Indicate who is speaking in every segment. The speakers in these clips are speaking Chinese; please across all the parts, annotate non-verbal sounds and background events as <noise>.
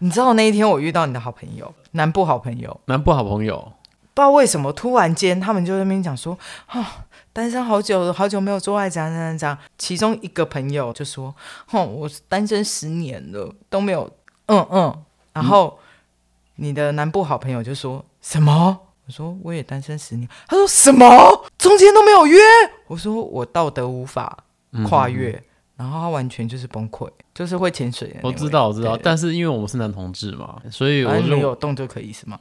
Speaker 1: 你知道那一天我遇到你的好朋友，南部好朋友，
Speaker 2: 南部好朋友，
Speaker 1: 不知道为什么突然间他们就在那边讲说，哦，单身好久了，好久没有做爱，怎样怎样怎样。其中一个朋友就说，哦，我单身十年了都没有，嗯嗯。然后、你的南部好朋友就说什么？我说我也单身十年。他说什么？中间都没有约？我说我道德无法
Speaker 2: 嗯
Speaker 1: 跨越。然后他完全就是崩溃，就是会潜水的那
Speaker 2: 我
Speaker 1: 位。
Speaker 2: 知道，我知道，
Speaker 1: 对
Speaker 2: 但是因为我们是男同志嘛，所以我
Speaker 1: 反正你
Speaker 2: 就
Speaker 1: 有动就可以是吗？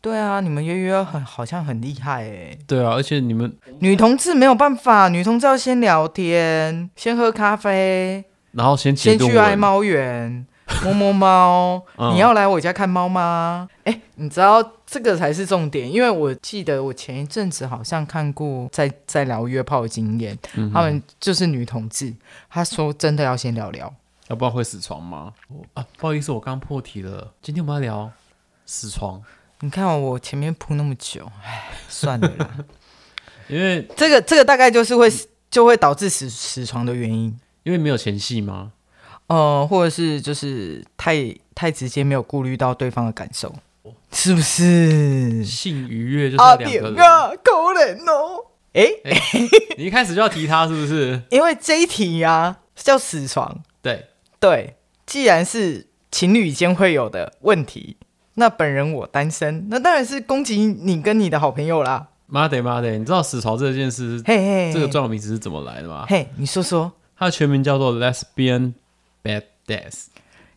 Speaker 1: 对啊，你们约约很好像很厉害哎、
Speaker 2: 对啊，而且你们，
Speaker 1: 女同志没有办法，女同志要先聊天，先喝咖啡，
Speaker 2: 然后先写
Speaker 1: 先
Speaker 2: 论
Speaker 1: 去
Speaker 2: 文
Speaker 1: 爱，猫园摸摸猫。
Speaker 2: <laughs> 嗯
Speaker 1: 你要来我家看猫吗？哎、你知道这个才是重点，因为我记得我前一阵子好像看过在在聊约炮的经验，
Speaker 2: 嗯哼
Speaker 1: 他们就是女同志，她说真的要先聊聊。
Speaker 2: 要不然会死床吗？我啊，不好意思，我刚破题了。今天我们要聊死床，
Speaker 1: 你看哦我前面铺那么久，唉，算了啦。
Speaker 2: 因为
Speaker 1: 这个这个大概就是会就会导致死死床的原因，
Speaker 2: 因为没有前戏嘛，
Speaker 1: 呃，或者是就是太太直接，没有顾虑到对方的感受，是不是？
Speaker 2: 性愉悦就是两个人。
Speaker 1: 啊，可怜哦。哎、
Speaker 2: 你一开始就要提他是不是？
Speaker 1: 因为这一题啊叫死床，
Speaker 2: 对，
Speaker 1: 对，既然是情侣间会有的问题，那本人我单身，那当然是攻击你跟你的好朋友啦。
Speaker 2: 妈得妈得，你知道死床这件事是
Speaker 1: 嘿嘿，
Speaker 2: 这个专有名词是怎么来的吗？
Speaker 1: 嘿，你说说，
Speaker 2: 它的全名叫做 Lesbian Bad Death，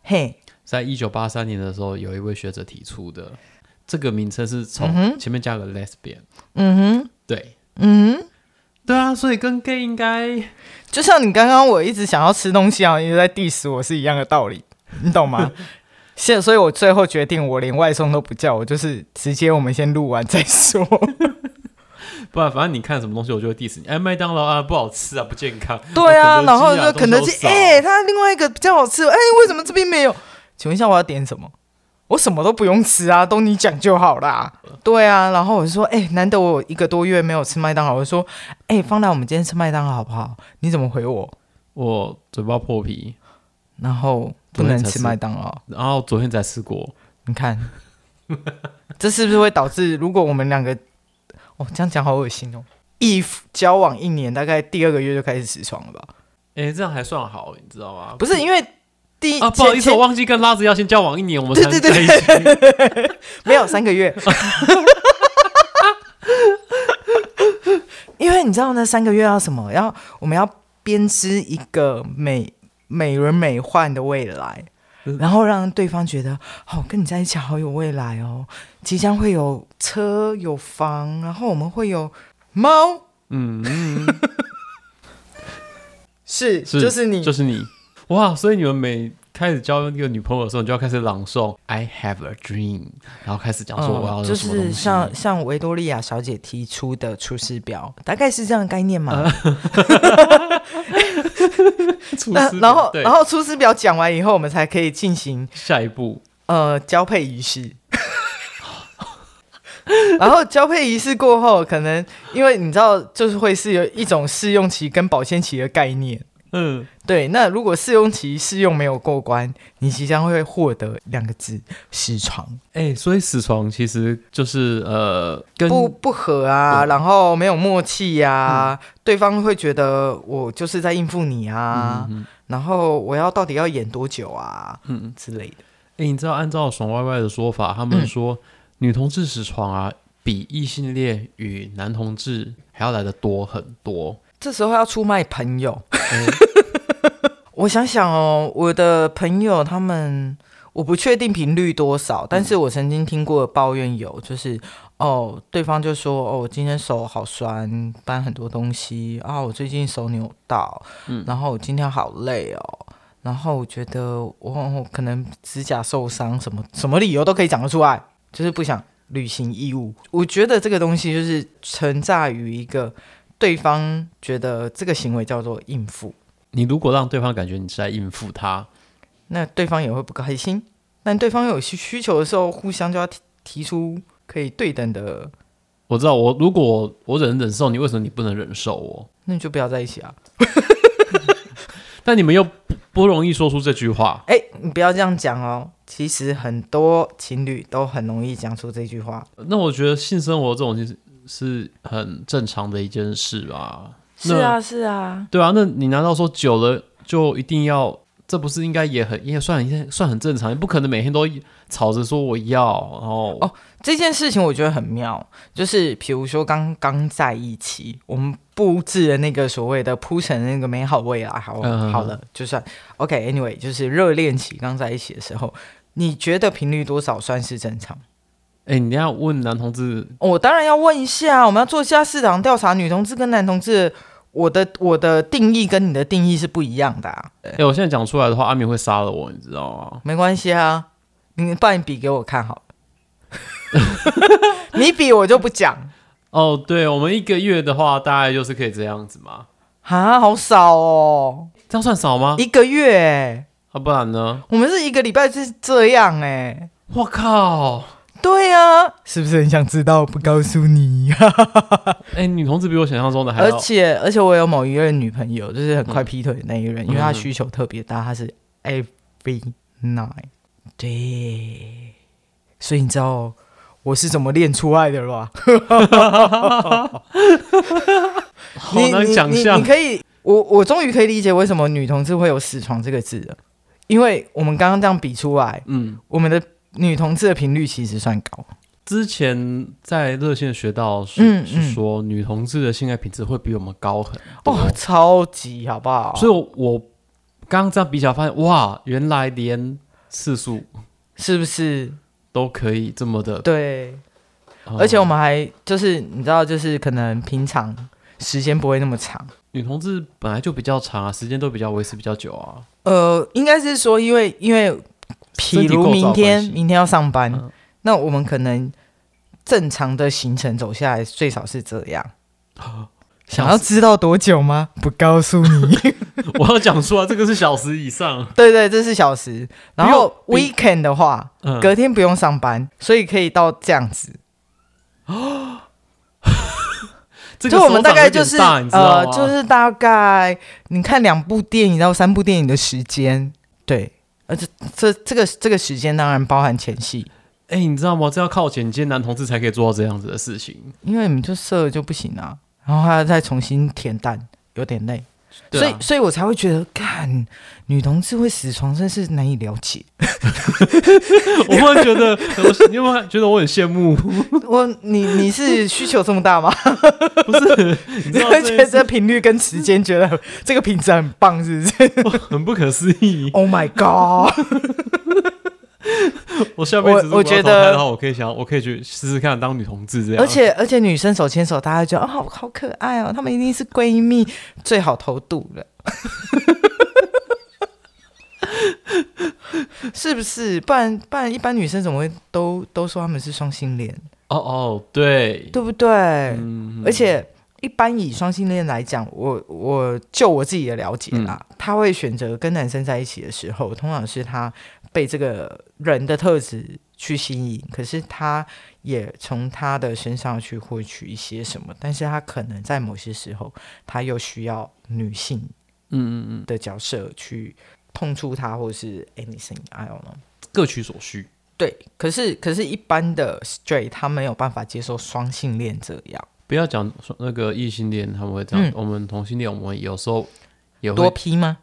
Speaker 1: 嘿。
Speaker 2: 在一九八三年的时候，有一位学者提出的。这个名称是
Speaker 1: 嗯
Speaker 2: 从
Speaker 1: 哼
Speaker 2: 前面加个 lesbian，、
Speaker 1: 嗯哼，
Speaker 2: 对
Speaker 1: 嗯哼，
Speaker 2: 对啊，所以跟 gay 应该
Speaker 1: 就像你刚刚我一直想要吃东西啊，你在 diss 我是一样的道理，你懂 <laughs> 吗？现所以，我最后决定，我连外送都不叫，我就是直接我们先录完再 <laughs> 说。
Speaker 2: 不然，反正你看什么东西，我就会 diss 你。哎，麦当劳啊，不好吃啊，不健康。哦
Speaker 1: 对啊，
Speaker 2: 肯德
Speaker 1: 然
Speaker 2: 基
Speaker 1: 后就肯德
Speaker 2: 东西
Speaker 1: 基，
Speaker 2: 都少
Speaker 1: 哎、它另外一个比较好吃，哎、为什么这边没有？请问一下，我要点什么？我什么都不用吃啊，都你讲就好啦。对啊，然后我就说，哎、难得我有一个多月没有吃麦当劳，我就说，哎、方兰，我们今天吃麦当劳好不好？你怎么回我？
Speaker 2: 我嘴巴破皮，
Speaker 1: 然后不能吃麦当劳，
Speaker 2: 然后昨天才吃过，
Speaker 1: 你看， <laughs> 这是不是会导致如果我们两个，哦，这样讲好恶心哦。一夫交往一年，大概第二个月就开始起床了吧？
Speaker 2: 哎，这样还算好，你知道吗？
Speaker 1: 不是因为第一
Speaker 2: 啊，不好意思，
Speaker 1: 前
Speaker 2: 我忘记跟拉子要先交往一年，我们
Speaker 1: 对
Speaker 2: 才能
Speaker 1: 对
Speaker 2: 在
Speaker 1: 对
Speaker 2: 一起。
Speaker 1: <laughs> 没有三个月，因为你知道那三个月要什么？要我们要编织一个美美轮美奂的未来，
Speaker 2: 嗯
Speaker 1: 然后让对方觉得，哦，跟你在一起好有未来哦，即将会有车有房，然后我们会有猫，
Speaker 2: 嗯，嗯
Speaker 1: <laughs> 是
Speaker 2: 是
Speaker 1: 就是你
Speaker 2: 就是你，哇！所以你们每开始交一个女朋友的时候，你就要开始朗诵 "I have a dream"，然后开始讲说我
Speaker 1: 嗯
Speaker 2: 要有
Speaker 1: 就
Speaker 2: 什么东
Speaker 1: 是
Speaker 2: 西。 <laughs>
Speaker 1: 像像维多利亚小姐提出的出师表，大概是这样的概念嘛。
Speaker 2: 嗯 <laughs> 厨
Speaker 1: 那
Speaker 2: 师
Speaker 1: 然后
Speaker 2: 对
Speaker 1: 然后出师表讲完以后，我们才可以进行
Speaker 2: 下一步
Speaker 1: 呃交配仪式。 <laughs> 然后交配仪式过后，可能因为你知道，就是会是有一种试用期跟保鲜期的概念。
Speaker 2: 嗯，
Speaker 1: 对，那如果试用期试用没有过关，你即将会获得两个字——失床，
Speaker 2: 哎，所以死床其实就是呃，跟
Speaker 1: 不不合啊，然后没有默契呀、
Speaker 2: 嗯
Speaker 1: 对方会觉得我就是在应付你啊，
Speaker 2: 嗯嗯嗯
Speaker 1: 然后我要到底要演多久啊，
Speaker 2: 嗯嗯
Speaker 1: 之类的。
Speaker 2: 哎、你知道按照爽歪歪的说法，他们说、女同志死床啊，比异性恋与男同志还要来的多很多。
Speaker 1: 这时候要出卖朋友。
Speaker 2: 哎
Speaker 1: <laughs> 我想想哦，我的朋友他们，我不确定频率多少，但是我曾经听过抱怨有，就是哦，对方就说哦，我今天手好酸，搬很多东西啊，我最近手扭到，
Speaker 2: 嗯
Speaker 1: 然后我今天好累哦。然后我觉得我、我可能指甲受伤，什么什么理由都可以讲得出来，就是不想履行义务。我觉得这个东西就是存在于一个对方觉得这个行为叫做应付，
Speaker 2: 你如果让对方感觉你是在应付他，
Speaker 1: 那对方也会不开心。但对方有需需求的时候，互相就要提提出可以对等的，
Speaker 2: 我知道我如果我忍忍受你，为什么你不能忍受我？
Speaker 1: 那你就不要在一起啊。
Speaker 2: 但你们又不不容易说出这句话。
Speaker 1: 哎，你不要这样讲哦。其实很多情侣都很容易讲出这句话。
Speaker 2: 那我觉得性生活这种是是很正常的一件事吧？
Speaker 1: 是啊，是啊，
Speaker 2: 对啊，那你难道说久了就一定要？这不是应该也很也算很算很正常？你不可能每天都吵着说我要，然后
Speaker 1: 哦这件事情我觉得很妙，就是比如说刚刚在一起，我们布置的那个所谓的铺成那个美好未来，好、
Speaker 2: 嗯
Speaker 1: 好了，就算 OK，anyway，、就是热恋期刚在一起的时候，你觉得频率多少算是正常？
Speaker 2: 哎、你要问男同志，
Speaker 1: 我当然要问一下，啊我们要做一下市场调查，女同志跟男同志，我的我的定义跟你的定义是不一样的、啊，
Speaker 2: 哎、我现在讲出来的话，阿明会杀了我，你知道吗？
Speaker 1: 没关系啊，你把你比给我看好了， <laughs> 你比我就不讲 <laughs>
Speaker 2: 哦，对，我们一个月的话，大概就是可以这样子嘛，
Speaker 1: 啊，好少哦，
Speaker 2: 这样算少吗？
Speaker 1: 一个月、欸，
Speaker 2: 啊，不然呢？
Speaker 1: 我们是一个礼拜是这样哎、
Speaker 2: 我靠！
Speaker 1: 对啊，是不是很想知道？不告诉你，
Speaker 2: 哎、女同志比我想象中的还
Speaker 1: 而
Speaker 2: 要……
Speaker 1: 且而且我有某一任女朋友，就是很快劈腿的那一任，因为她
Speaker 2: 嗯
Speaker 1: 需求特别大，她是 every night。对，所以你知道我是怎么练出来的吧？
Speaker 2: <laughs> 好难想
Speaker 1: 你你你
Speaker 2: 象
Speaker 1: 你。可以，我我终于可以理解为什么女同志会有“死床”这个字了，因为我们刚刚这样比出来，
Speaker 2: 嗯，
Speaker 1: 我们的女同志的频率其实算高。
Speaker 2: 之前在热线学到是、
Speaker 1: 嗯
Speaker 2: 是说女同志的性爱品质会比我们高很多，
Speaker 1: 哦，超级好不好？
Speaker 2: 所以我我刚刚这样比较发现，哇，原来连次数
Speaker 1: 是不是？
Speaker 2: 都可以这么的，
Speaker 1: 对，
Speaker 2: 嗯
Speaker 1: 而且我们还就是你知道，就是可能平常时间不会那么长。
Speaker 2: 女同志本来就比较长啊，时间都比较维持比较久啊。
Speaker 1: 呃，应该是说，因为因为譬
Speaker 2: 身体构
Speaker 1: 如
Speaker 2: 造
Speaker 1: 明天
Speaker 2: 关系
Speaker 1: 明天要上班，
Speaker 2: 嗯
Speaker 1: 那我们可能正常的行程走下来最少是这样。
Speaker 2: 哦
Speaker 1: 想要知道多久
Speaker 2: <laughs>
Speaker 1: 吗？不告诉你。
Speaker 2: 我要讲出来，这个是小时以上，
Speaker 1: 对对，这是小时。然后
Speaker 2: 不用
Speaker 1: weekend 的话，
Speaker 2: 嗯，
Speaker 1: 隔天不用上班，所以可以到这样子。
Speaker 2: 这个
Speaker 1: 就我们
Speaker 2: 手掌
Speaker 1: 大概
Speaker 2: 有
Speaker 1: 就
Speaker 2: 点
Speaker 1: 是
Speaker 2: 大你知道
Speaker 1: 呃，
Speaker 2: 吗
Speaker 1: 就是大概你看两部电影到三部电影的时间，对，而且这这个这个时间当然包含前戏，
Speaker 2: 哎、你知道吗？这要靠剪接男同志才可以做到这样子的事情。
Speaker 1: 因为你就射了就不行啊，然后还要再重新填蛋，有点累，
Speaker 2: 啊
Speaker 1: 所以所以我才会觉得，干女同志会死床真是难以了解。 <laughs>
Speaker 2: 以我会觉得，我你有没有觉得我很羡慕？ <laughs>
Speaker 1: 我你你是需求这么大吗？
Speaker 2: 不是， <laughs> 你
Speaker 1: 你
Speaker 2: 知道
Speaker 1: 会 <laughs> 觉
Speaker 2: 这
Speaker 1: 得频率跟时间觉得这个品质很棒，是不是
Speaker 2: 很不可思议。
Speaker 1: ？Oh my god！
Speaker 2: 我下辈子如
Speaker 1: 我
Speaker 2: 果
Speaker 1: 我
Speaker 2: 要
Speaker 1: 觉
Speaker 2: 淘
Speaker 1: 得
Speaker 2: 汰的话，我可以想，我可以去试试看当女同志这样。
Speaker 1: 而且而且女生手牵手，大家觉得啊、好好可爱哦，她们一定是闺蜜，最好投肚了， <laughs> 是不是？不然不然，一般女生怎么会都都说她们是双性恋，
Speaker 2: 哦哦，对，
Speaker 1: 对不对？
Speaker 2: 嗯
Speaker 1: 而且一般以双性恋来讲，我我就我自己的了解啦，他会选择跟男生在一起的时候，通常是他被这个人的特质去吸引，可是他也从他的身上去获取一些什么，但是他可能在某些时候，他又需要女性
Speaker 2: 嗯嗯嗯，
Speaker 1: 的角色去碰触他，或是 anything，I don't know。
Speaker 2: 各取所需。
Speaker 1: 对，可是可是，一般的 straight 他没有办法接受双性恋这样
Speaker 2: 不要讲说那个异性恋他们会这样，
Speaker 1: 嗯
Speaker 2: 我们同性恋我们有时候也
Speaker 1: 多
Speaker 2: 会
Speaker 1: 批吗？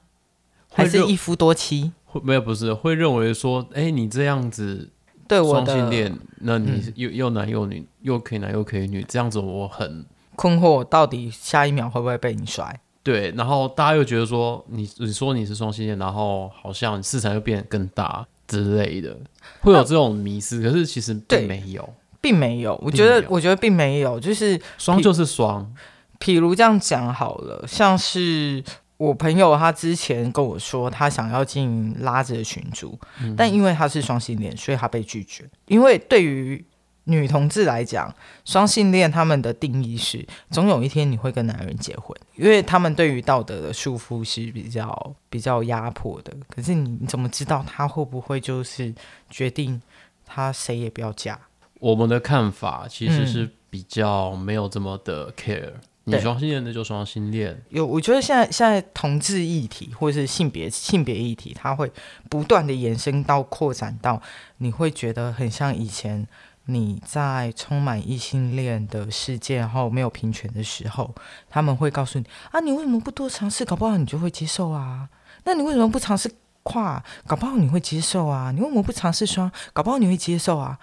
Speaker 2: 会
Speaker 1: 还是
Speaker 2: 认
Speaker 1: 一夫多妻？
Speaker 2: 会没有不是会认为说，哎、你这样子
Speaker 1: 对我
Speaker 2: 双
Speaker 1: 的嗯
Speaker 2: 性恋，那你是又、又男又女，又可以男又可以女，这样子我很
Speaker 1: 困惑，到底下一秒会不会被你甩？
Speaker 2: 对。然后大家又觉得说，你你说你是双性恋，然后好像市场又变得更大之类的，会有这种迷失。可是其实
Speaker 1: 对
Speaker 2: 并没有，
Speaker 1: 并没有，我
Speaker 2: 并
Speaker 1: 觉
Speaker 2: 没
Speaker 1: 得
Speaker 2: 有，
Speaker 1: 我觉得并没有。就是，
Speaker 2: 双
Speaker 1: 屁
Speaker 2: 就是双，
Speaker 1: 譬如这样讲好了，像是我朋友他之前跟我说，他想要进营拉着群组，但因为他是双性恋，所以他被拒绝。因为对于女同志来讲，双性恋他们的定义是，总有一天你会跟男人结婚，因为他们对于道德的束缚是比较比较压迫的。可是你你怎么知道他会不会就是决定他谁也不要嫁？
Speaker 2: 我们的看法其实
Speaker 1: 嗯
Speaker 2: 是比较没有这么的 care，、你
Speaker 1: 对
Speaker 2: 双性恋的就双性恋，
Speaker 1: 有，我觉得现在现在同志议题或是性别性别议题，它会不断的延伸到扩展到，你会觉得很像以前你在充满异性恋的世界后没有平权的时候，他们会告诉你啊，你为什么不多尝试？搞不好你就会接受啊。那你为什么不尝试跨？搞不好你会接受啊。你为什么不尝试双？搞不好你会接受啊。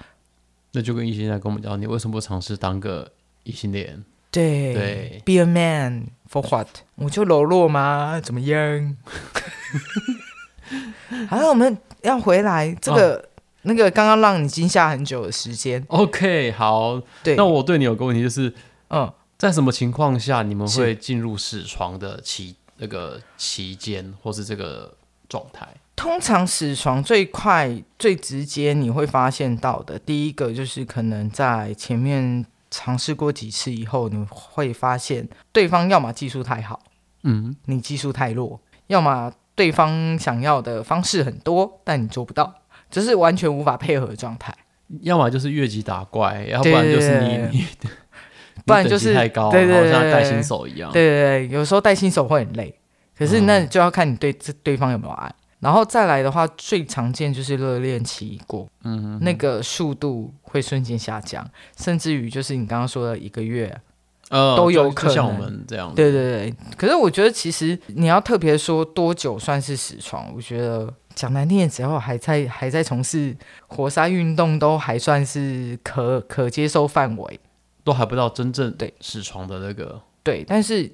Speaker 2: 那就跟异性恋跟我们讲，你为什么不尝试当个异性恋？
Speaker 1: 对
Speaker 2: 对嗯
Speaker 1: ，Be a man for what？我就柔弱吗？怎么样？ <laughs> 好像我们要回来这个、
Speaker 2: 嗯
Speaker 1: 那个刚刚让你惊吓很久的时间。
Speaker 2: OK，好，
Speaker 1: 对，
Speaker 2: 那我对你有个问题，就是
Speaker 1: 嗯，
Speaker 2: 在什么情况下你们
Speaker 1: 是
Speaker 2: 会进入死床的期那个期间，或是这个状态？
Speaker 1: 通常死床最快、最直接你会发现到的，第一个就是可能在前面尝试过几次以后，你会发现对方要么技术太好，
Speaker 2: 嗯，
Speaker 1: 你技术太弱，要么对方想要的方式很多，但你做不到，这是完全无法配合的状态。
Speaker 2: 要么就是越级打怪，要不然就是你
Speaker 1: 对
Speaker 2: 你 <laughs> 你
Speaker 1: 不然
Speaker 2: 等
Speaker 1: 就是
Speaker 2: 级太高，
Speaker 1: 对对
Speaker 2: 然后像
Speaker 1: 对
Speaker 2: 带
Speaker 1: 对
Speaker 2: 新手一样。
Speaker 1: 对对对，有时候带新手会很累，可是那就要看你对这对方有没有爱。然后再来的话，最常见就是热恋期一过，嗯，那个速度会瞬间下降，甚至于就是你刚刚说的一个月。
Speaker 2: 呃，
Speaker 1: 都有
Speaker 2: 就
Speaker 1: 可能
Speaker 2: 就像我们这样。
Speaker 1: 对对对，可是我觉得其实你要特别说多久算是死床，我觉得讲难听点，只要还在还在从事活塞运动，都还算是可可接受范围。
Speaker 2: 都还不到真正
Speaker 1: 对
Speaker 2: 死床的那个，
Speaker 1: 对，但是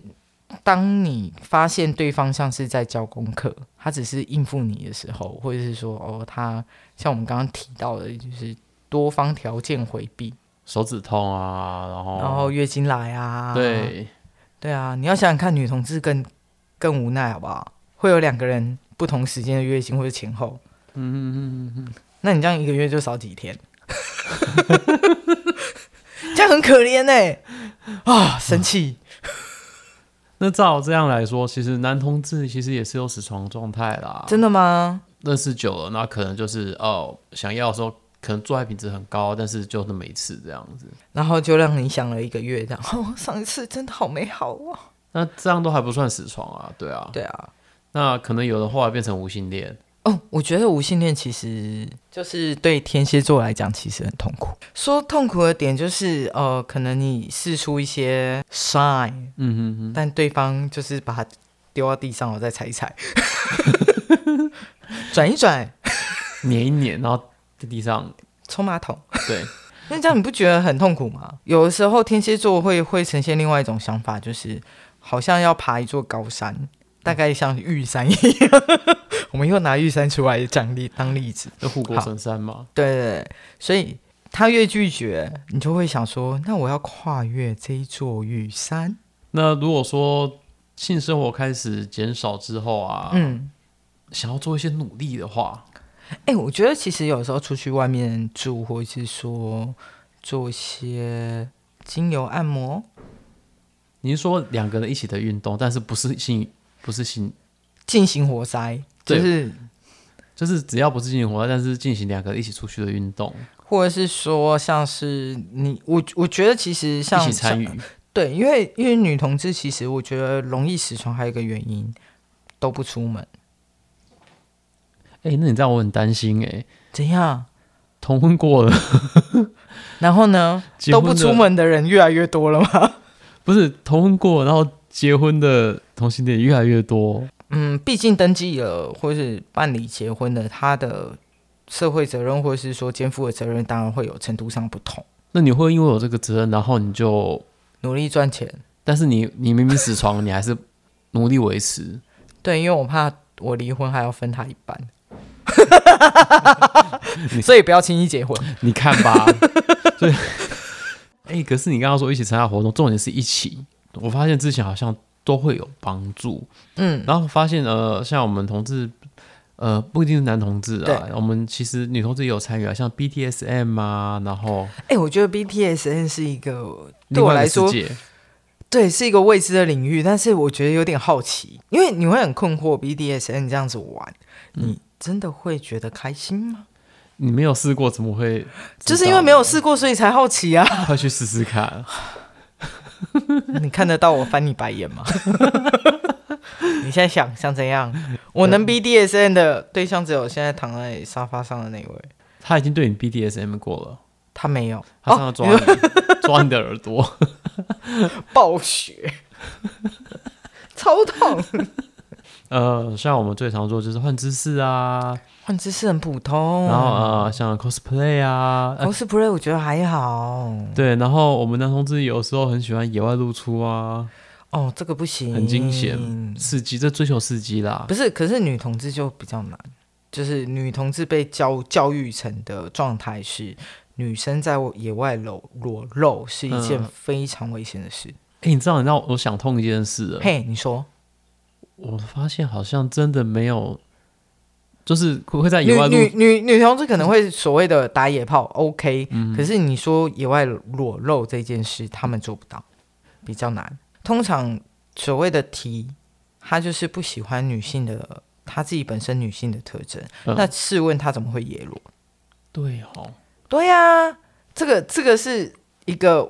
Speaker 1: 当你发现对方像是在教功课，他只是应付你的时候，或者是说哦，他像我们刚刚提到的，就是多方条件回避，
Speaker 2: 手指痛啊，然后
Speaker 1: 然后月经来啊，
Speaker 2: 对，
Speaker 1: 对啊，你要想想看，女同志更更无奈好不好？会有两个人不同时间的月经或者前后，嗯嗯嗯嗯，那你这样一个月就少几天， <laughs> 这样很可怜呢、啊、生气。
Speaker 2: 那照这样来说，其实男同志其实也是有死床状态啦。
Speaker 1: 真的吗？
Speaker 2: 认识久了，那可能就是哦，想要的时候可能做爱品质很高，但是就那么一次这样子。
Speaker 1: 然后就让你想了一个月，这样。 <laughs> 哦，上一次真的好美好哦。
Speaker 2: 那这样都还不算死床啊，对啊。
Speaker 1: 对啊，
Speaker 2: 那可能有的后来变成无性恋，
Speaker 1: 哦，我觉得无性恋其实就是对天蝎座来讲，其实很痛苦。说痛苦的点就是，呃，可能你试出一些 sign，
Speaker 2: 嗯哼哼，
Speaker 1: 但对方就是把它丢到地上，我再踩一 <laughs> 踩，转一转，
Speaker 2: 碾嗯一碾，然后在地上，
Speaker 1: 冲马桶。
Speaker 2: 对，
Speaker 1: 那这样你不觉得很痛苦吗？有的时候天蝎座会会呈现另外一种想法，就是好像要爬一座高山，大概像玉山一样。 <laughs> 我们又拿玉山出来讲例当例子，
Speaker 2: 就护国神山嘛。
Speaker 1: 对对对，所以他越拒绝，你就会想说，那我要跨越这一座玉山。
Speaker 2: 那如果说性生活开始减少之后啊，
Speaker 1: 嗯，
Speaker 2: 想要做一些努力的话，
Speaker 1: 哎、我觉得其实有时候出去外面住，或是说做一些精油按摩，
Speaker 2: 你是说两个人一起的运动，但是不是性，不是性，
Speaker 1: 进行活塞，就
Speaker 2: 对
Speaker 1: 是
Speaker 2: 就是只要不是性活动，但是进行两个人一起出去的运动，
Speaker 1: 或者是说像是你我我觉得其实像
Speaker 2: 一起参与
Speaker 1: 像，对，因为因为女同志其实我觉得容易死床还有一个原因都不出门，
Speaker 2: 哎、那你这样我很担心哎、
Speaker 1: 怎样？
Speaker 2: 同婚过了， <laughs>
Speaker 1: 然后呢，
Speaker 2: 结
Speaker 1: 都
Speaker 2: 婚
Speaker 1: 不
Speaker 2: 的
Speaker 1: 出门的人越来越多了吗？
Speaker 2: 不是同婚过了，然后结婚的同性恋越来越多，
Speaker 1: 嗯，毕竟登记了或是办理结婚的，他的社会责任或是说肩负的责任，当然会有程度上不同。
Speaker 2: 那你会因为有这个责任，然后你就，
Speaker 1: 努力赚钱，
Speaker 2: 但是你你明明死床了，你还是努力维持，
Speaker 1: 对，因为我怕我离婚还要分他一半 <laughs>
Speaker 2: 你，
Speaker 1: 所以不要轻易结婚。
Speaker 2: 你看吧， <laughs> 对，哎、可是你刚刚说一起参加活动，重点是一起，我发现之前好像都会有帮助，
Speaker 1: 嗯，
Speaker 2: 然后发现呃，像我们同志，呃，不一定是男同志啊
Speaker 1: 对，
Speaker 2: 我们其实女同志也有参与啊，像 BTSM 啊，然后
Speaker 1: 哎、我觉得 BTSN 是一个对
Speaker 2: 另
Speaker 1: 我
Speaker 2: 外一
Speaker 1: 来
Speaker 2: 个世
Speaker 1: 说，
Speaker 2: 界，
Speaker 1: 对是一个未知的领域，但是我觉得有点好奇，因为你会很困惑 BDSN 这样子玩，你真的会觉得开心吗？
Speaker 2: 你没有
Speaker 1: <laughs>
Speaker 2: 试过怎么会？
Speaker 1: 就是因为没有，试过，所以才好奇啊。
Speaker 2: 快去试试看。
Speaker 1: <laughs> 你看得到我翻你白眼吗？ <laughs> 你现在想想怎样？我能 BDSN 的对象只有现在躺在沙发上的那位，
Speaker 2: 他已经对你 BDSM 过了，
Speaker 1: 他没有
Speaker 2: 他上要抓你， <laughs> 抓你的耳朵，
Speaker 1: 暴血， <laughs> 超痛。
Speaker 2: 呃，像我们最常做就是换姿势啊，
Speaker 1: 换姿势很普通，
Speaker 2: 然后呃，像 cosplay 啊，呃
Speaker 1: cosplay 我觉得还好。
Speaker 2: 对，然后我们男同志有时候很喜欢野外露出啊，
Speaker 1: 哦，这个不行，
Speaker 2: 很惊险，刺激，这追求刺激啦
Speaker 1: 不。是，可是女同志就比较难，就是女同志被教教育成的状态是，女生在野外裸裸露是一件
Speaker 2: 嗯
Speaker 1: 非常危险的事。
Speaker 2: 哎，你知道，你让我想通一件事了，
Speaker 1: 嘿、你说，
Speaker 2: 我发现好像真的没有，就是会在
Speaker 1: 女
Speaker 2: 野外露
Speaker 1: 女女女同志可能会所谓的打野炮，OK，、可
Speaker 2: 嗯
Speaker 1: 是你说野外裸露这件事，他们做不到，比较难。通常所谓的 T，他就是不喜欢女性的。他自己本身女性的特征，
Speaker 2: 嗯
Speaker 1: 那试问他怎么会野裸？
Speaker 2: 对哦，
Speaker 1: 对呀、这个这个是一个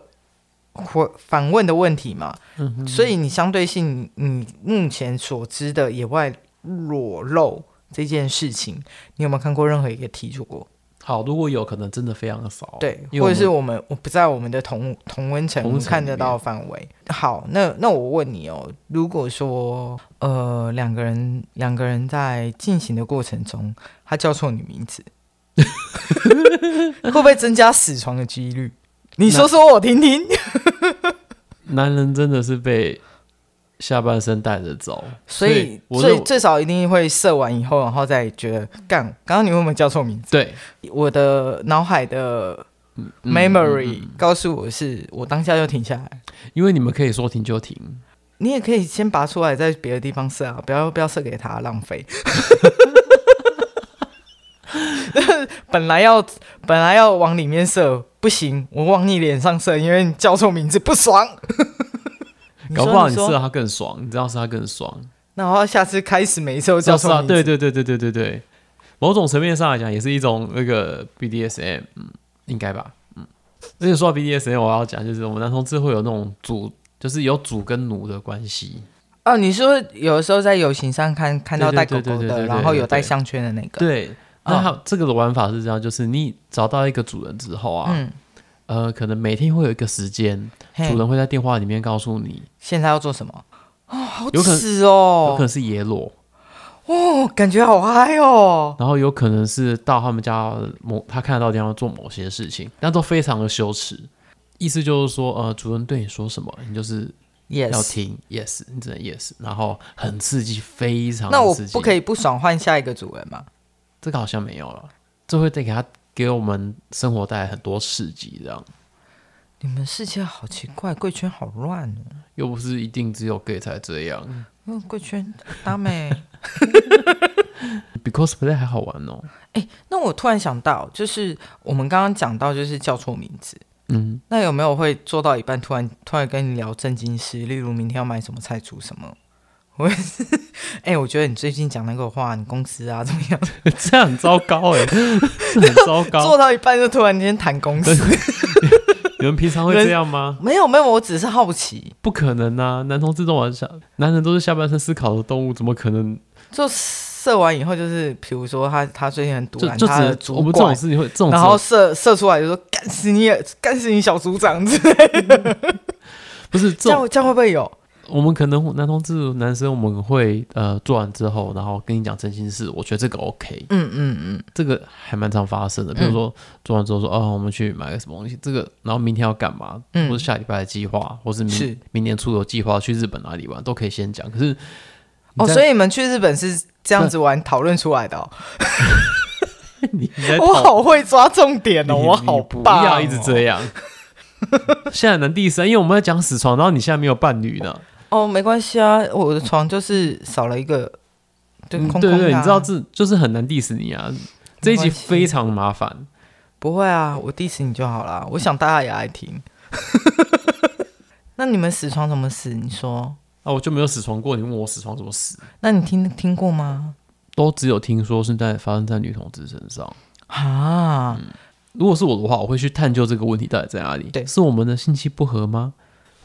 Speaker 1: 回反问的问题嘛，
Speaker 2: 嗯哼
Speaker 1: 所以你相对性，你目前所知的野外裸露这件事情，你有没有看过任何一个题做过？
Speaker 2: 好，如果有可能，真的非常少。
Speaker 1: 对，
Speaker 2: 因为
Speaker 1: 或
Speaker 2: 我
Speaker 1: 者
Speaker 2: 们
Speaker 1: 是我们我不在我们的同同温层
Speaker 2: 同
Speaker 1: 我们
Speaker 2: 温层
Speaker 1: 看
Speaker 2: 里
Speaker 1: 得
Speaker 2: 面
Speaker 1: 到的范围。好，那那我问你哦，如果说呃两个人两个人在进行的过程中，他叫错你名 <laughs> 字，会不会增加死床的几率？你说说我听听。
Speaker 2: 男人真的是被下半身带着走，
Speaker 1: 所以
Speaker 2: 我认
Speaker 1: 最
Speaker 2: 为
Speaker 1: 最少一定会射完以后，然后再觉得干，刚刚你有没有叫错名字？
Speaker 2: 对
Speaker 1: 我的脑海的
Speaker 2: 嗯嗯
Speaker 1: memory、
Speaker 2: 嗯嗯
Speaker 1: 告诉我是，我当下就停下来。
Speaker 2: 因为你们可以说停就停，
Speaker 1: 你也可以先拔出来，在别的地方射啊，不要不要射给他，浪费。 <laughs> 本来要本来要往里面射，不行，我往你脸上射，因为你叫错名字不爽。
Speaker 2: <laughs>
Speaker 1: 你
Speaker 2: 搞
Speaker 1: 说
Speaker 2: 不好你
Speaker 1: 你说
Speaker 2: 射他更爽，你知道是他更爽，
Speaker 1: 然后下次开始每次都叫
Speaker 2: 就是
Speaker 1: 错
Speaker 2: 啊，
Speaker 1: 名字，
Speaker 2: 对对对对对对对，某种层面上来讲也是一种那个 BDSM，嗯，应该吧，嗯。而且说到 BDSM，我要讲就是我们男同志会有那种主，就是有主跟奴的关系，
Speaker 1: 哦，你说有的时候在游行上看看到
Speaker 2: 对对
Speaker 1: 带狗
Speaker 2: 对
Speaker 1: 狗
Speaker 2: 对对
Speaker 1: 的，
Speaker 2: 对
Speaker 1: 然后有带
Speaker 2: 对
Speaker 1: 项圈的那个，
Speaker 2: 对。
Speaker 1: 啊
Speaker 2: 那它这个的玩法是这样，就是你找到一个主人之后啊，
Speaker 1: 嗯，
Speaker 2: 呃，可能每天会有一个时间，
Speaker 1: 嘿
Speaker 2: 主人会在电话里面告诉你，
Speaker 1: 现在要做什么？哦，好
Speaker 2: 有可能
Speaker 1: 耻
Speaker 2: 有可
Speaker 1: 哦，
Speaker 2: 能是野裸，
Speaker 1: 哦，感觉好嗨哦，
Speaker 2: 然后有可能是到他们家某他看得到的地方做某些事情，那都非常的羞耻。意思就是说，呃，主人对你说什么，你就是
Speaker 1: 也
Speaker 2: 要听 yes，你只能 yes，然后很刺激，非常
Speaker 1: 那我
Speaker 2: 刺激
Speaker 1: 不可以不爽换下一个主人吗？
Speaker 2: 这个好像没有了，这会带给他给我们生活带来很多刺激，这样
Speaker 1: 你们世界好奇怪，贵圈好乱哦。
Speaker 2: 又不是一定只有 gay 才这样，
Speaker 1: 嗯，贵圈搭美。
Speaker 2: 比 cosplay 还好玩哦。
Speaker 1: <laughs> 那我突然想到，就是我们刚刚讲到，就是叫错名字。
Speaker 2: 嗯， <laughs>
Speaker 1: 那有没有会做到一半，突然突然跟你聊正经事，例如明天要买什么菜，煮什么？我也是， <laughs> 哎、我觉得你最近讲那个话，你公司啊怎么样？
Speaker 2: 这样很糟糕哎、 <laughs> 这很糟糕
Speaker 1: 做。到一半就突然间谈公司，
Speaker 2: 你们平常会
Speaker 1: 人
Speaker 2: 这样吗？
Speaker 1: <laughs> 没有没有，我只是好奇，
Speaker 2: 不可能啊！男同志都玩下，男人都是下半身思考的动物，怎么可能？
Speaker 1: 就射完以后就是，比如说他他最近很堵
Speaker 2: 就
Speaker 1: 拦
Speaker 2: 就
Speaker 1: 啊他的
Speaker 2: 只我
Speaker 1: 主
Speaker 2: 们这种
Speaker 1: 管，
Speaker 2: 事情会这种只
Speaker 1: 然
Speaker 2: 有，
Speaker 1: 后射射出来就说干死你，干死你小组长之类的，
Speaker 2: 不是这
Speaker 1: 这
Speaker 2: 种，
Speaker 1: 样这样会不会有？
Speaker 2: 我们可能男同志男生我们会呃做完之后，然后跟你讲真心事，我觉得这个 OK，
Speaker 1: 嗯嗯嗯，
Speaker 2: 这个还蛮常发生的。比如说、做完之后说哦，我们去买个什么东西，这个然后明天要干嘛，
Speaker 1: 嗯
Speaker 2: 或是下礼拜的计划，或是明
Speaker 1: 是
Speaker 2: 明年初有计划去日本哪里玩，都可以先讲。可是
Speaker 1: 哦，
Speaker 2: 你在
Speaker 1: 所以你们去日本是这样子玩讨论出来的、哦，
Speaker 2: <laughs> 你你在
Speaker 1: 我
Speaker 2: 讨
Speaker 1: 好会抓重点
Speaker 2: 你
Speaker 1: 哦，我好
Speaker 2: 你不
Speaker 1: 棒、哦，
Speaker 2: 要一直这
Speaker 1: <laughs>
Speaker 2: 样。现在男第啊三，因为我们在讲死床，然后你现在没有伴侣呢。
Speaker 1: 哦，没关系啊，我的床就是少了一个，对，
Speaker 2: 嗯
Speaker 1: 空空的啊、
Speaker 2: 对对，你知道这就是很难 diss 你啊。这一集非常麻烦，
Speaker 1: 不会啊，我 diss 你就好啦，我想大家也爱
Speaker 2: <laughs>
Speaker 1: 听。那你们死床怎么死？你说，
Speaker 2: 啊，我就没有死床过。你问我死床怎么死，
Speaker 1: 那你听听过吗？
Speaker 2: 都只有听说是在发生在女同志身上。
Speaker 1: 啊，
Speaker 2: 如果是我的话，我会去探究这个问题到底在哪里。
Speaker 1: 对
Speaker 2: 是我们的性器不合吗？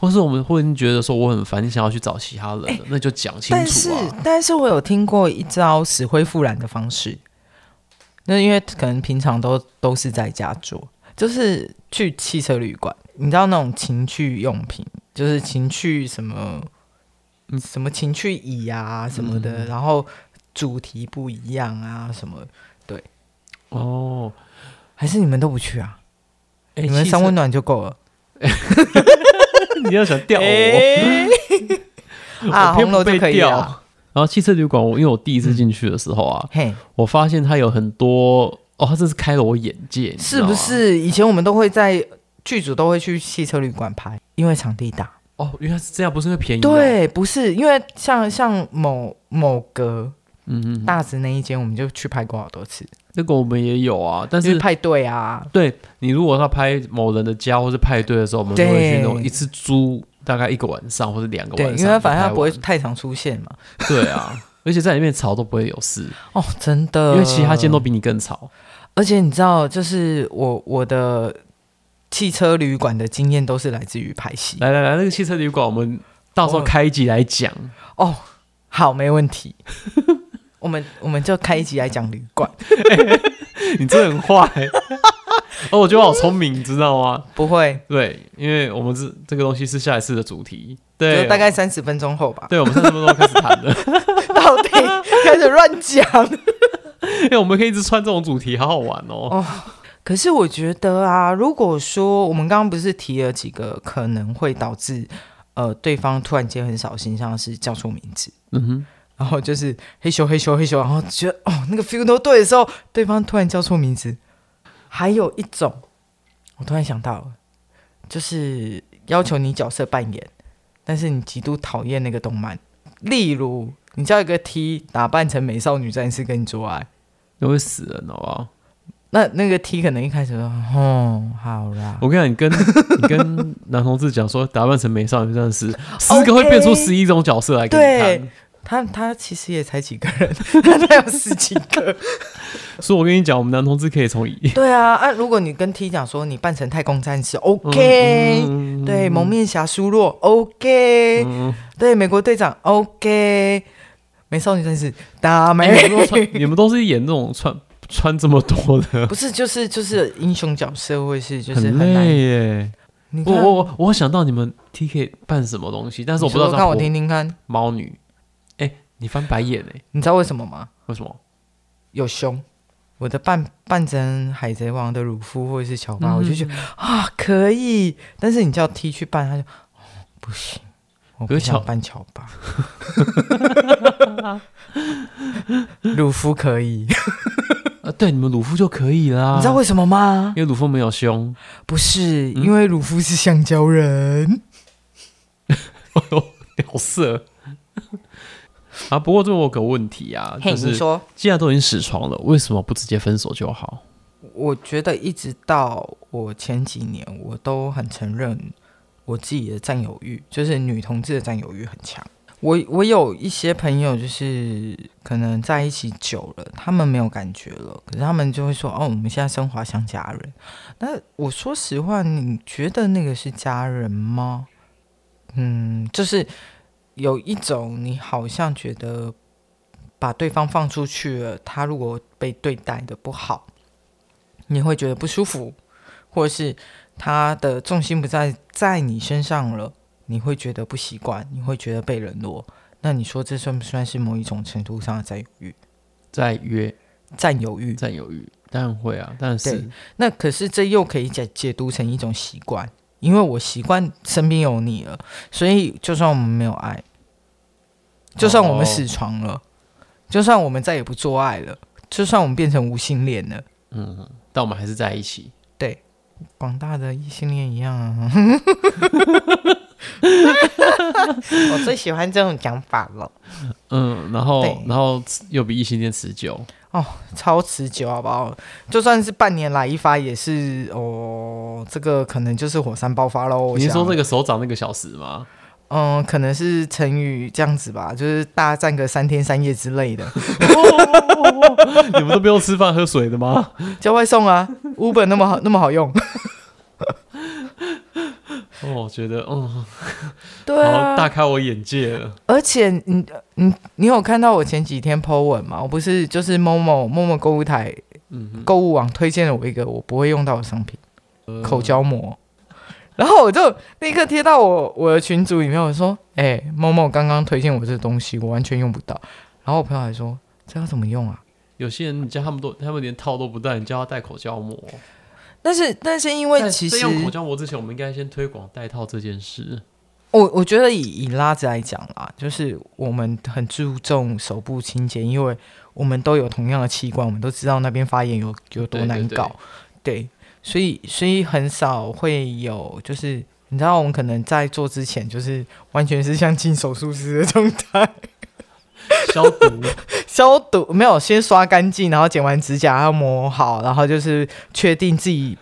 Speaker 2: 或是我们或者你觉得说我很烦，你想要去找其他人了，那就讲清
Speaker 1: 哎但是
Speaker 2: 楚啊。
Speaker 1: 但是我有听过一招死灰复燃的方式，那因为可能平常都都是在家做，就是去汽车旅馆，你知道那种情趣用品，就是情趣什么，
Speaker 2: 嗯
Speaker 1: 什么情趣椅啊什么的，然后主题不一样啊什么，
Speaker 2: 哦，
Speaker 1: 还是你们都不去啊？
Speaker 2: 哎
Speaker 1: 你们
Speaker 2: 汽
Speaker 1: 三
Speaker 2: 车
Speaker 1: 温暖就够了。
Speaker 2: <laughs> 你要想吊我，
Speaker 1: 哎啊，
Speaker 2: <laughs> 我
Speaker 1: 红
Speaker 2: 偏不
Speaker 1: 楼就
Speaker 2: 被
Speaker 1: 可以
Speaker 2: 吊
Speaker 1: 了。。
Speaker 2: <laughs>
Speaker 1: 嗯
Speaker 2: 然后汽车旅馆，我因为我第一次进去的时候啊，
Speaker 1: 嘿，
Speaker 2: 我发现它有很多哦，它真是开了我眼界，你知
Speaker 1: 是
Speaker 2: 道
Speaker 1: 不
Speaker 2: 吗？
Speaker 1: 是以前我们都会在剧组都会去汽车旅馆拍，因为场地大。
Speaker 2: 哦，原来是这样，不是因为便宜、哦。，
Speaker 1: 对，不是因为像像某某个
Speaker 2: 嗯嗯，
Speaker 1: 大直那一间，我们就去拍过好多次，
Speaker 2: 这个我们也有啊，但
Speaker 1: 就是是派对啊，
Speaker 2: 对你如果要拍某人的家或是派对的时候，我们就
Speaker 1: 对
Speaker 2: 会去那种一次租大概一个晚上或者两个晚
Speaker 1: 对，
Speaker 2: 上，
Speaker 1: 因为反正他不会
Speaker 2: 就
Speaker 1: 太常出现嘛。
Speaker 2: 拍完对
Speaker 1: <laughs>
Speaker 2: 啊，而且在里面吵都不会有事，
Speaker 1: 哦，真的，
Speaker 2: 因为其他间
Speaker 1: 呃
Speaker 2: 都，比你更吵。
Speaker 1: 而且你知道，就是我我的汽车旅馆的经验都是来自于拍戏。
Speaker 2: 来来来，那个汽车旅馆，我们到时候
Speaker 1: 哦
Speaker 2: 开一集来讲。
Speaker 1: 哦，好，没问
Speaker 2: <laughs>
Speaker 1: 题。我们我们就开一集来讲旅馆，
Speaker 2: <laughs> 你真的很坏、哦，我觉得我好聪明，你知道吗？
Speaker 1: 不会，
Speaker 2: 对，因为我们这这个东西是下一次的主题，对，哦
Speaker 1: 就大概三十分钟后吧。
Speaker 2: 对，我们三十分钟开始谈的， <laughs>
Speaker 1: 到底开始乱讲？
Speaker 2: 因哎为我们可以一直穿这种主题，好好玩哦。
Speaker 1: 可是我觉得啊，如果说我们刚刚不是提了几个可能会导致呃对方突然间很扫兴，像是叫错名字，
Speaker 2: 嗯哼，
Speaker 1: 然后就是嘿咻嘿咻嘿咻，然后觉得哦那个 feel 都对的时候，对方突然叫错名字。还有一种，我突然想到了，就是要求你角色扮演，但是你极度讨厌那个动漫，例如你叫一个 T 打扮成美少女战士跟你做爱。
Speaker 2: 那会死人，好不好？
Speaker 1: 那那个 T 可能一开始说，哦，好啦，
Speaker 2: 我跟你讲，你跟你跟男同志讲说打扮成美少女
Speaker 1: <laughs>
Speaker 2: 战士，十个会变出十一种角色来给你看。
Speaker 1: 他他其实也才几个人，他他有十几
Speaker 2: <laughs>
Speaker 1: 个。
Speaker 2: 所以我跟你讲，我们男同志可以从一
Speaker 1: 对啊，啊，如果你跟 T 讲说你扮成太空战士，OK，、
Speaker 2: 嗯
Speaker 1: 对，蒙面侠苏洛，OK，、
Speaker 2: 嗯
Speaker 1: 对，美国队长，OK，美少女战士达
Speaker 2: 哎你
Speaker 1: 美，
Speaker 2: 们都穿，你们都是演那种穿穿这么多的，
Speaker 1: 不是就是就是英雄角色，或是就是
Speaker 2: 很
Speaker 1: 很难
Speaker 2: 累。哦耶。
Speaker 1: 你
Speaker 2: 我
Speaker 1: 看，
Speaker 2: 我我我想到你们 T K 办什么东西，但是我不知道
Speaker 1: 你
Speaker 2: 它
Speaker 1: 说让我
Speaker 2: 火
Speaker 1: 听听看，
Speaker 2: 猫女，哎、你翻白眼哎、
Speaker 1: 你知道为什么吗？
Speaker 2: 为什么？
Speaker 1: 有胸。我的扮扮成海贼王的鲁夫或者是小巴，
Speaker 2: 嗯
Speaker 1: 我就觉得。
Speaker 2: 得，
Speaker 1: 啊，可以，但是你叫 T 去办，他就、哦、不行，我不
Speaker 2: 可是乔
Speaker 1: 想办乔
Speaker 2: <laughs>
Speaker 1: 巴。 <laughs> 鲁夫可以，
Speaker 2: 呃，对，你们鲁夫就可以啦。
Speaker 1: 你知道为什么吗
Speaker 2: 因？为鲁夫没有 <laughs> 胸，
Speaker 1: 不是，
Speaker 2: 嗯
Speaker 1: 因为鲁夫是橡胶人。
Speaker 2: 好色。 <laughs> 啊，不过这我有个问题啊，
Speaker 1: 嘿，
Speaker 2: 就
Speaker 1: 你
Speaker 2: 是
Speaker 1: 说，
Speaker 2: 既然都已经死床了，为什么不直接分手就好？
Speaker 1: 我觉得一直到我前几年，我都很承认我自己的占有欲，就是女同志的占有欲很强。我我有一些朋友，就是可能在一起久了，他们没有感觉了，可是他们就会说：“哦，我们现在生活像家人。”那我说实话，你觉得那个是家人吗？嗯，就是有一种你好像觉得把对方放出去了，他如果被对待的不好，你会觉得不舒服，或者是他的重心不在在你身上了，你会觉得不习惯，你会觉得被冷落。那你说这算不算是某一种程度上的占有欲？
Speaker 2: 再约，
Speaker 1: 占有欲？
Speaker 2: 占有欲，当然会啊，但是
Speaker 1: 对那可是这又可以解解读成一种习惯，因为我习惯身边有你了，所以就算我们没有爱，就算我们死床了，就算我们再也不做爱了，就算我们变成无性恋了，
Speaker 2: 嗯，但我们还是在一起。
Speaker 1: 广大的异性恋一样啊。 <laughs> 我最喜欢这种讲法了，
Speaker 2: 嗯，然后
Speaker 1: 对
Speaker 2: 然后又比异性恋持久，
Speaker 1: 哦超持久好不好？就算是半年来一发，也是哦。这个可能就是火山爆发喽。我
Speaker 2: 你是
Speaker 1: 想
Speaker 2: 说这？个手掌那个小时吗？ <laughs>
Speaker 1: 嗯，可能是成语这样子吧，就是大战个三天三夜之类的， <laughs>
Speaker 2: 你们都不用吃饭喝水的吗？
Speaker 1: 叫外送啊，Uber 那么好那么好用。
Speaker 2: 哦，我觉得，嗯，
Speaker 1: 对
Speaker 2: 好
Speaker 1: 啊，
Speaker 2: 大开我眼界了。
Speaker 1: 而且你你你有看到我前几天 po 文吗？我不是就是某某某某购物台
Speaker 2: 嗯哼，
Speaker 1: 购物网推荐了我一个我不会用到的商品——
Speaker 2: 呃
Speaker 1: 口胶膜，然后我就立刻贴到我我的群组里面，我说：“哎、某某刚刚推荐我这东西，我完全用不到。”然后我朋友还说：“这要怎么用啊
Speaker 2: 有些人你叫他们都，他们连套都不戴，你叫他戴口胶膜。？”
Speaker 1: 但是但是因
Speaker 2: 在
Speaker 1: 为其实
Speaker 2: 在用口胶膜之前，我们应该先推广戴套这件事。
Speaker 1: 我我觉得以以拉子来讲啦，就是我们很注重手部清洁，因为我们都有同样的器官，我们都知道那边发炎有有多
Speaker 2: 对对
Speaker 1: 难
Speaker 2: 对
Speaker 1: 搞，对，所以所以很少会有就是。你知道我们可能在做之前，就是完全是像进手术室的状态， <laughs>
Speaker 2: 消毒， <laughs>
Speaker 1: 消毒没有先刷干净，然后剪完指甲要磨好，然后就是确定自己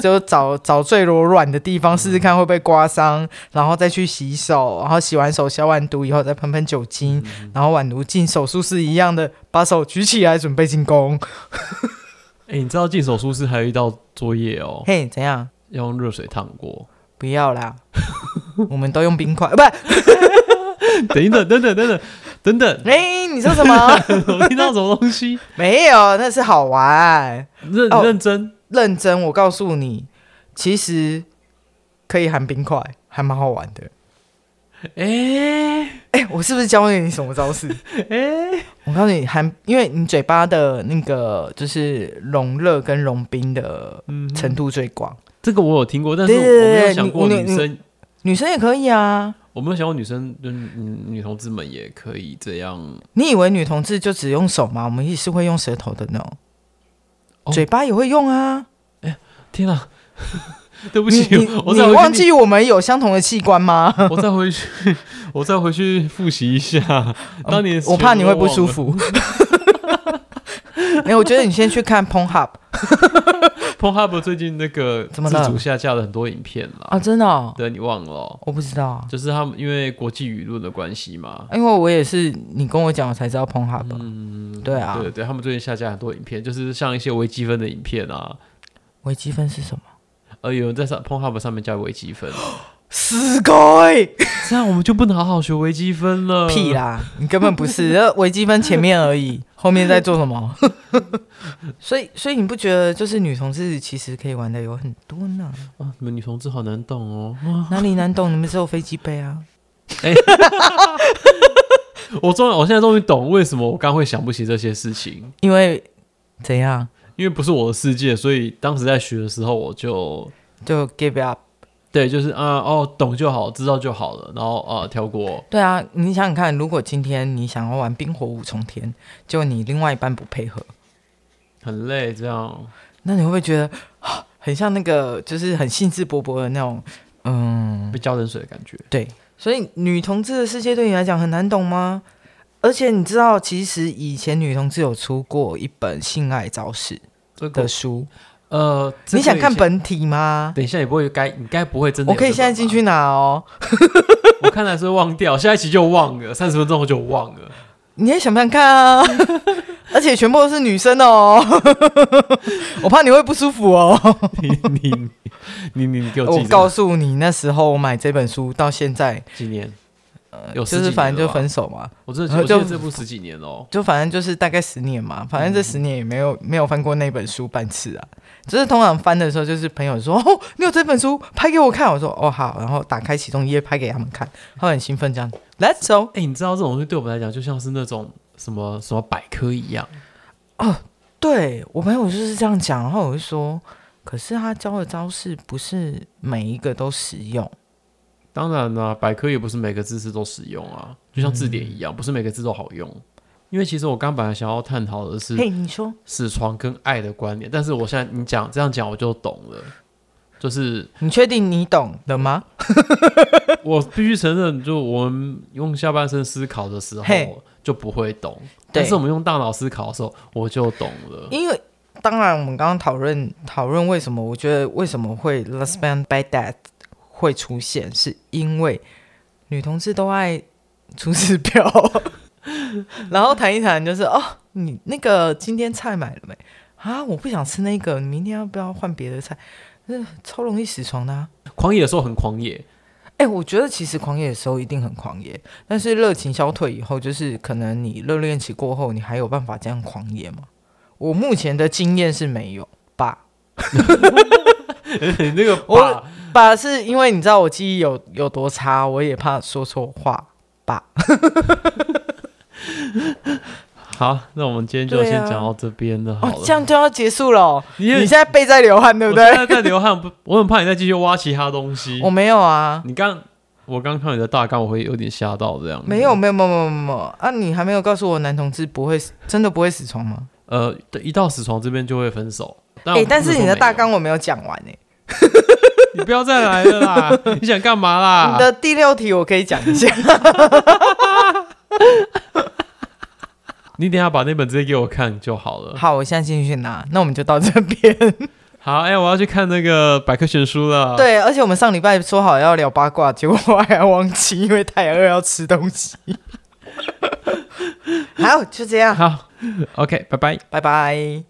Speaker 1: 就找找最柔软的地方试试看会不会刮伤，然后再去洗手，然后洗完手消完毒以后再喷喷酒精，然后宛如进手术室一样的把手举起来准备进攻。
Speaker 2: 哎、你知道进手术室还有一道作业哦，
Speaker 1: 嘿，怎样？
Speaker 2: 要用热水烫过。
Speaker 1: 不要啦，我们都用冰块，不是？
Speaker 2: 等一等，等等，等等，等等，
Speaker 1: <laughs> 哎、你说什么？ <laughs>
Speaker 2: 我听到什么东西？
Speaker 1: 没有，那是好玩。
Speaker 2: 认
Speaker 1: 哦
Speaker 2: 认真，
Speaker 1: 认真，我告诉你，其实可以含冰块，还蛮好玩的。
Speaker 2: 哎
Speaker 1: 哎、我是不是教了你什么招式？
Speaker 2: 哎，
Speaker 1: 我告诉你，含，因为你嘴巴的那个就是融热跟融冰的
Speaker 2: 嗯，
Speaker 1: 程度最广，
Speaker 2: 这个我有听过，但是我
Speaker 1: 对对对
Speaker 2: 没有
Speaker 1: 对
Speaker 2: 想
Speaker 1: 你
Speaker 2: 过
Speaker 1: 你
Speaker 2: 女
Speaker 1: 你
Speaker 2: 生，
Speaker 1: 女生也可以啊。
Speaker 2: 我没有想过女生，就是女女同志们也可以这样。
Speaker 1: 你以为女同志就只用手吗？我们也是会用舌头的呢，
Speaker 2: 哦
Speaker 1: 嘴巴也会用啊。
Speaker 2: 天啊， <laughs> 对不
Speaker 1: 你
Speaker 2: 起
Speaker 1: 你，
Speaker 2: 我
Speaker 1: 你
Speaker 2: 再
Speaker 1: 忘
Speaker 2: 回去，
Speaker 1: 记我们有相同的器官吗？
Speaker 2: 我再回去， <laughs> 我再回去复习一下。
Speaker 1: <laughs>
Speaker 2: 当年
Speaker 1: 我怕你会不舒
Speaker 2: 服。
Speaker 1: 服。 <laughs> 没有，我觉得你先去看 Pornhub
Speaker 2: p o n h u b 最近那个
Speaker 1: 怎么了
Speaker 2: 自主下架了很多影片啦，
Speaker 1: 啊，真的、哦，
Speaker 2: 对你忘了哦、
Speaker 1: 我不知道啊，
Speaker 2: 就是他们因为国际舆论的关系嘛，
Speaker 1: 因为我也是你跟我讲，我才知道 Pornhub。
Speaker 2: 嗯，
Speaker 1: 对啊
Speaker 2: 对对对，他们最近下架很多影片，就是像一些微积分的影片啊，
Speaker 1: 微积分是什么？
Speaker 2: 呃，有人在上 p o n h u b 上面加微积分，
Speaker 1: 哦死鬼！
Speaker 2: 这样我们就不能好好学微积分了。
Speaker 1: 屁！啦，你根本不是， <laughs> 呃微积分前面而已，后面在做什 <laughs> 么？所以，所以你不觉得就是女同志其实可以玩的有很多呢？
Speaker 2: 啊，你们女同志好难懂哦。 <laughs>
Speaker 1: 哪里难懂？你们只有飞机杯啊？
Speaker 2: 我终于，我现在终于懂为什么我刚会想不起这些事情，
Speaker 1: 因为怎样
Speaker 2: 因为不是我的世界，所以当时在学的时候我就。
Speaker 1: 就 give up？
Speaker 2: 对，就是啊、哦，懂就好，知道就好了，然后啊、跳过，
Speaker 1: 对啊，你想想看，如果今天你想要玩冰火五重天，就你另外一半不配合，
Speaker 2: 很累，这样
Speaker 1: 那你会不会觉得啊很像那个就是很兴致勃勃的那种？嗯，
Speaker 2: 被浇冷水的感觉。
Speaker 1: 对，所以女同志的世界对你来讲很难懂吗？而且你知道，其实以前女同志有出过一本性爱招式
Speaker 2: 这个
Speaker 1: 的书，
Speaker 2: 呃，这个
Speaker 1: 你想看
Speaker 2: 以前？
Speaker 1: 本体吗？
Speaker 2: 等一下也不会该，你该不会真的？
Speaker 1: 我可以现在进，去拿哦。
Speaker 2: 我看来是忘掉，下一期就忘了，三十分钟后就忘了。
Speaker 1: 你也想不想看啊？ <laughs> 而且全部都是女生哦， <laughs> 我怕你会不舒服哦。
Speaker 2: 你你你你你给我
Speaker 1: 我
Speaker 2: 记
Speaker 1: 告
Speaker 2: 着
Speaker 1: 诉你，那时候我买这本书到现在，
Speaker 2: 几年，
Speaker 1: 呃
Speaker 2: 有
Speaker 1: 就
Speaker 2: 十几
Speaker 1: 是反正
Speaker 2: 年了
Speaker 1: 就
Speaker 2: 吧
Speaker 1: 分手嘛，
Speaker 2: 我真的
Speaker 1: 然
Speaker 2: 我
Speaker 1: 后
Speaker 2: 记得
Speaker 1: 就
Speaker 2: 这部十几年哦。
Speaker 1: 就反正就是大概十年嘛，反正这十年也没
Speaker 2: 嗯
Speaker 1: 有没有翻过那本书半次啊。就是通常翻的时候，就是朋友说：“哦，你有这本书，拍给我看。”我说：“哦，好。”然后打开其中一页拍给他们看，他们很兴奋，这样 Let's go。
Speaker 2: 哎、你知道这种东西对我们来讲就像是那种什么什么百科一样，
Speaker 1: 对我朋友就是这样讲，然后我就说：“可是他教的招式不是每一个都实用。
Speaker 2: 当然啦、百科也不是每个字词都实用啊，就像字典一
Speaker 1: 嗯
Speaker 2: 样，不是每个字都好用。因为其实我刚本来想要探讨的”是
Speaker 1: 嘿，你说
Speaker 2: 死床跟爱的关联，但是我现在你讲这样讲我就懂了，就是
Speaker 1: 你确定你懂的吗？
Speaker 2: 我必须承认，就我们用下半身思考的时
Speaker 1: 嘿
Speaker 2: 候就不会懂，
Speaker 1: 对
Speaker 2: 但是我们用大脑思考的时候我就懂了。
Speaker 1: 因为当然，我们刚刚讨论讨论为什么，我觉得为什么会 last man by dad 会出现，是因为女同志都爱出师表， <laughs> 然后谈一谈就是哦，你那个今天菜买了没啊？我不想吃那个，你明天要不要换别的菜？超容易死床的、啊。
Speaker 2: 狂野的时候很狂野， <laughs>
Speaker 1: 哎、我觉得其实狂野的时候一定很狂野，但是热情消退以后，就是可能你热恋期过后，你还有办法这样狂野吗？我目前的经验是没有吧，
Speaker 2: 你那个
Speaker 1: 我
Speaker 2: 爸
Speaker 1: 吧是因为你知道我记忆有有多差，我也怕说错话。
Speaker 2: 好，那我们今天就
Speaker 1: 对
Speaker 2: 先
Speaker 1: 啊
Speaker 2: 讲到这边了，好
Speaker 1: 哦
Speaker 2: 了。，
Speaker 1: 这样就要结束了哦、
Speaker 2: 你
Speaker 1: 你
Speaker 2: 也
Speaker 1: 现在背在流汗，对不
Speaker 2: 我
Speaker 1: 对？
Speaker 2: 现在在流汗，不，我很怕你再继续挖其他东
Speaker 1: <laughs>
Speaker 2: 西。
Speaker 1: 我没有啊，
Speaker 2: 你刚，我刚看你的大纲，我会有点吓到这样。
Speaker 1: 没有，，没有，没有，没有，没有啊！你还没有告诉我男同志不会死真的不会死床吗？
Speaker 2: 呃，对一到死床这边就会分手。但
Speaker 1: 哎、
Speaker 2: 我
Speaker 1: 但是你的大纲
Speaker 2: 不
Speaker 1: 我没有讲完哎、
Speaker 2: 是说没有，你不要再来了啦！你想干嘛啦？
Speaker 1: <laughs> 你的第六题我可以讲一下。 <laughs>
Speaker 2: 你等一下把那本直接给我看就好了。
Speaker 1: 好，我现在进去拿，那我们就到这边。
Speaker 2: 好，哎、我要去看那个百科全书了。，
Speaker 1: 对，而且我们上礼拜说好要聊八卦，结果我还忘记，因为太饿要吃东西。 <laughs> 好，就这样，啊
Speaker 2: 好，OK，拜拜。
Speaker 1: 拜拜。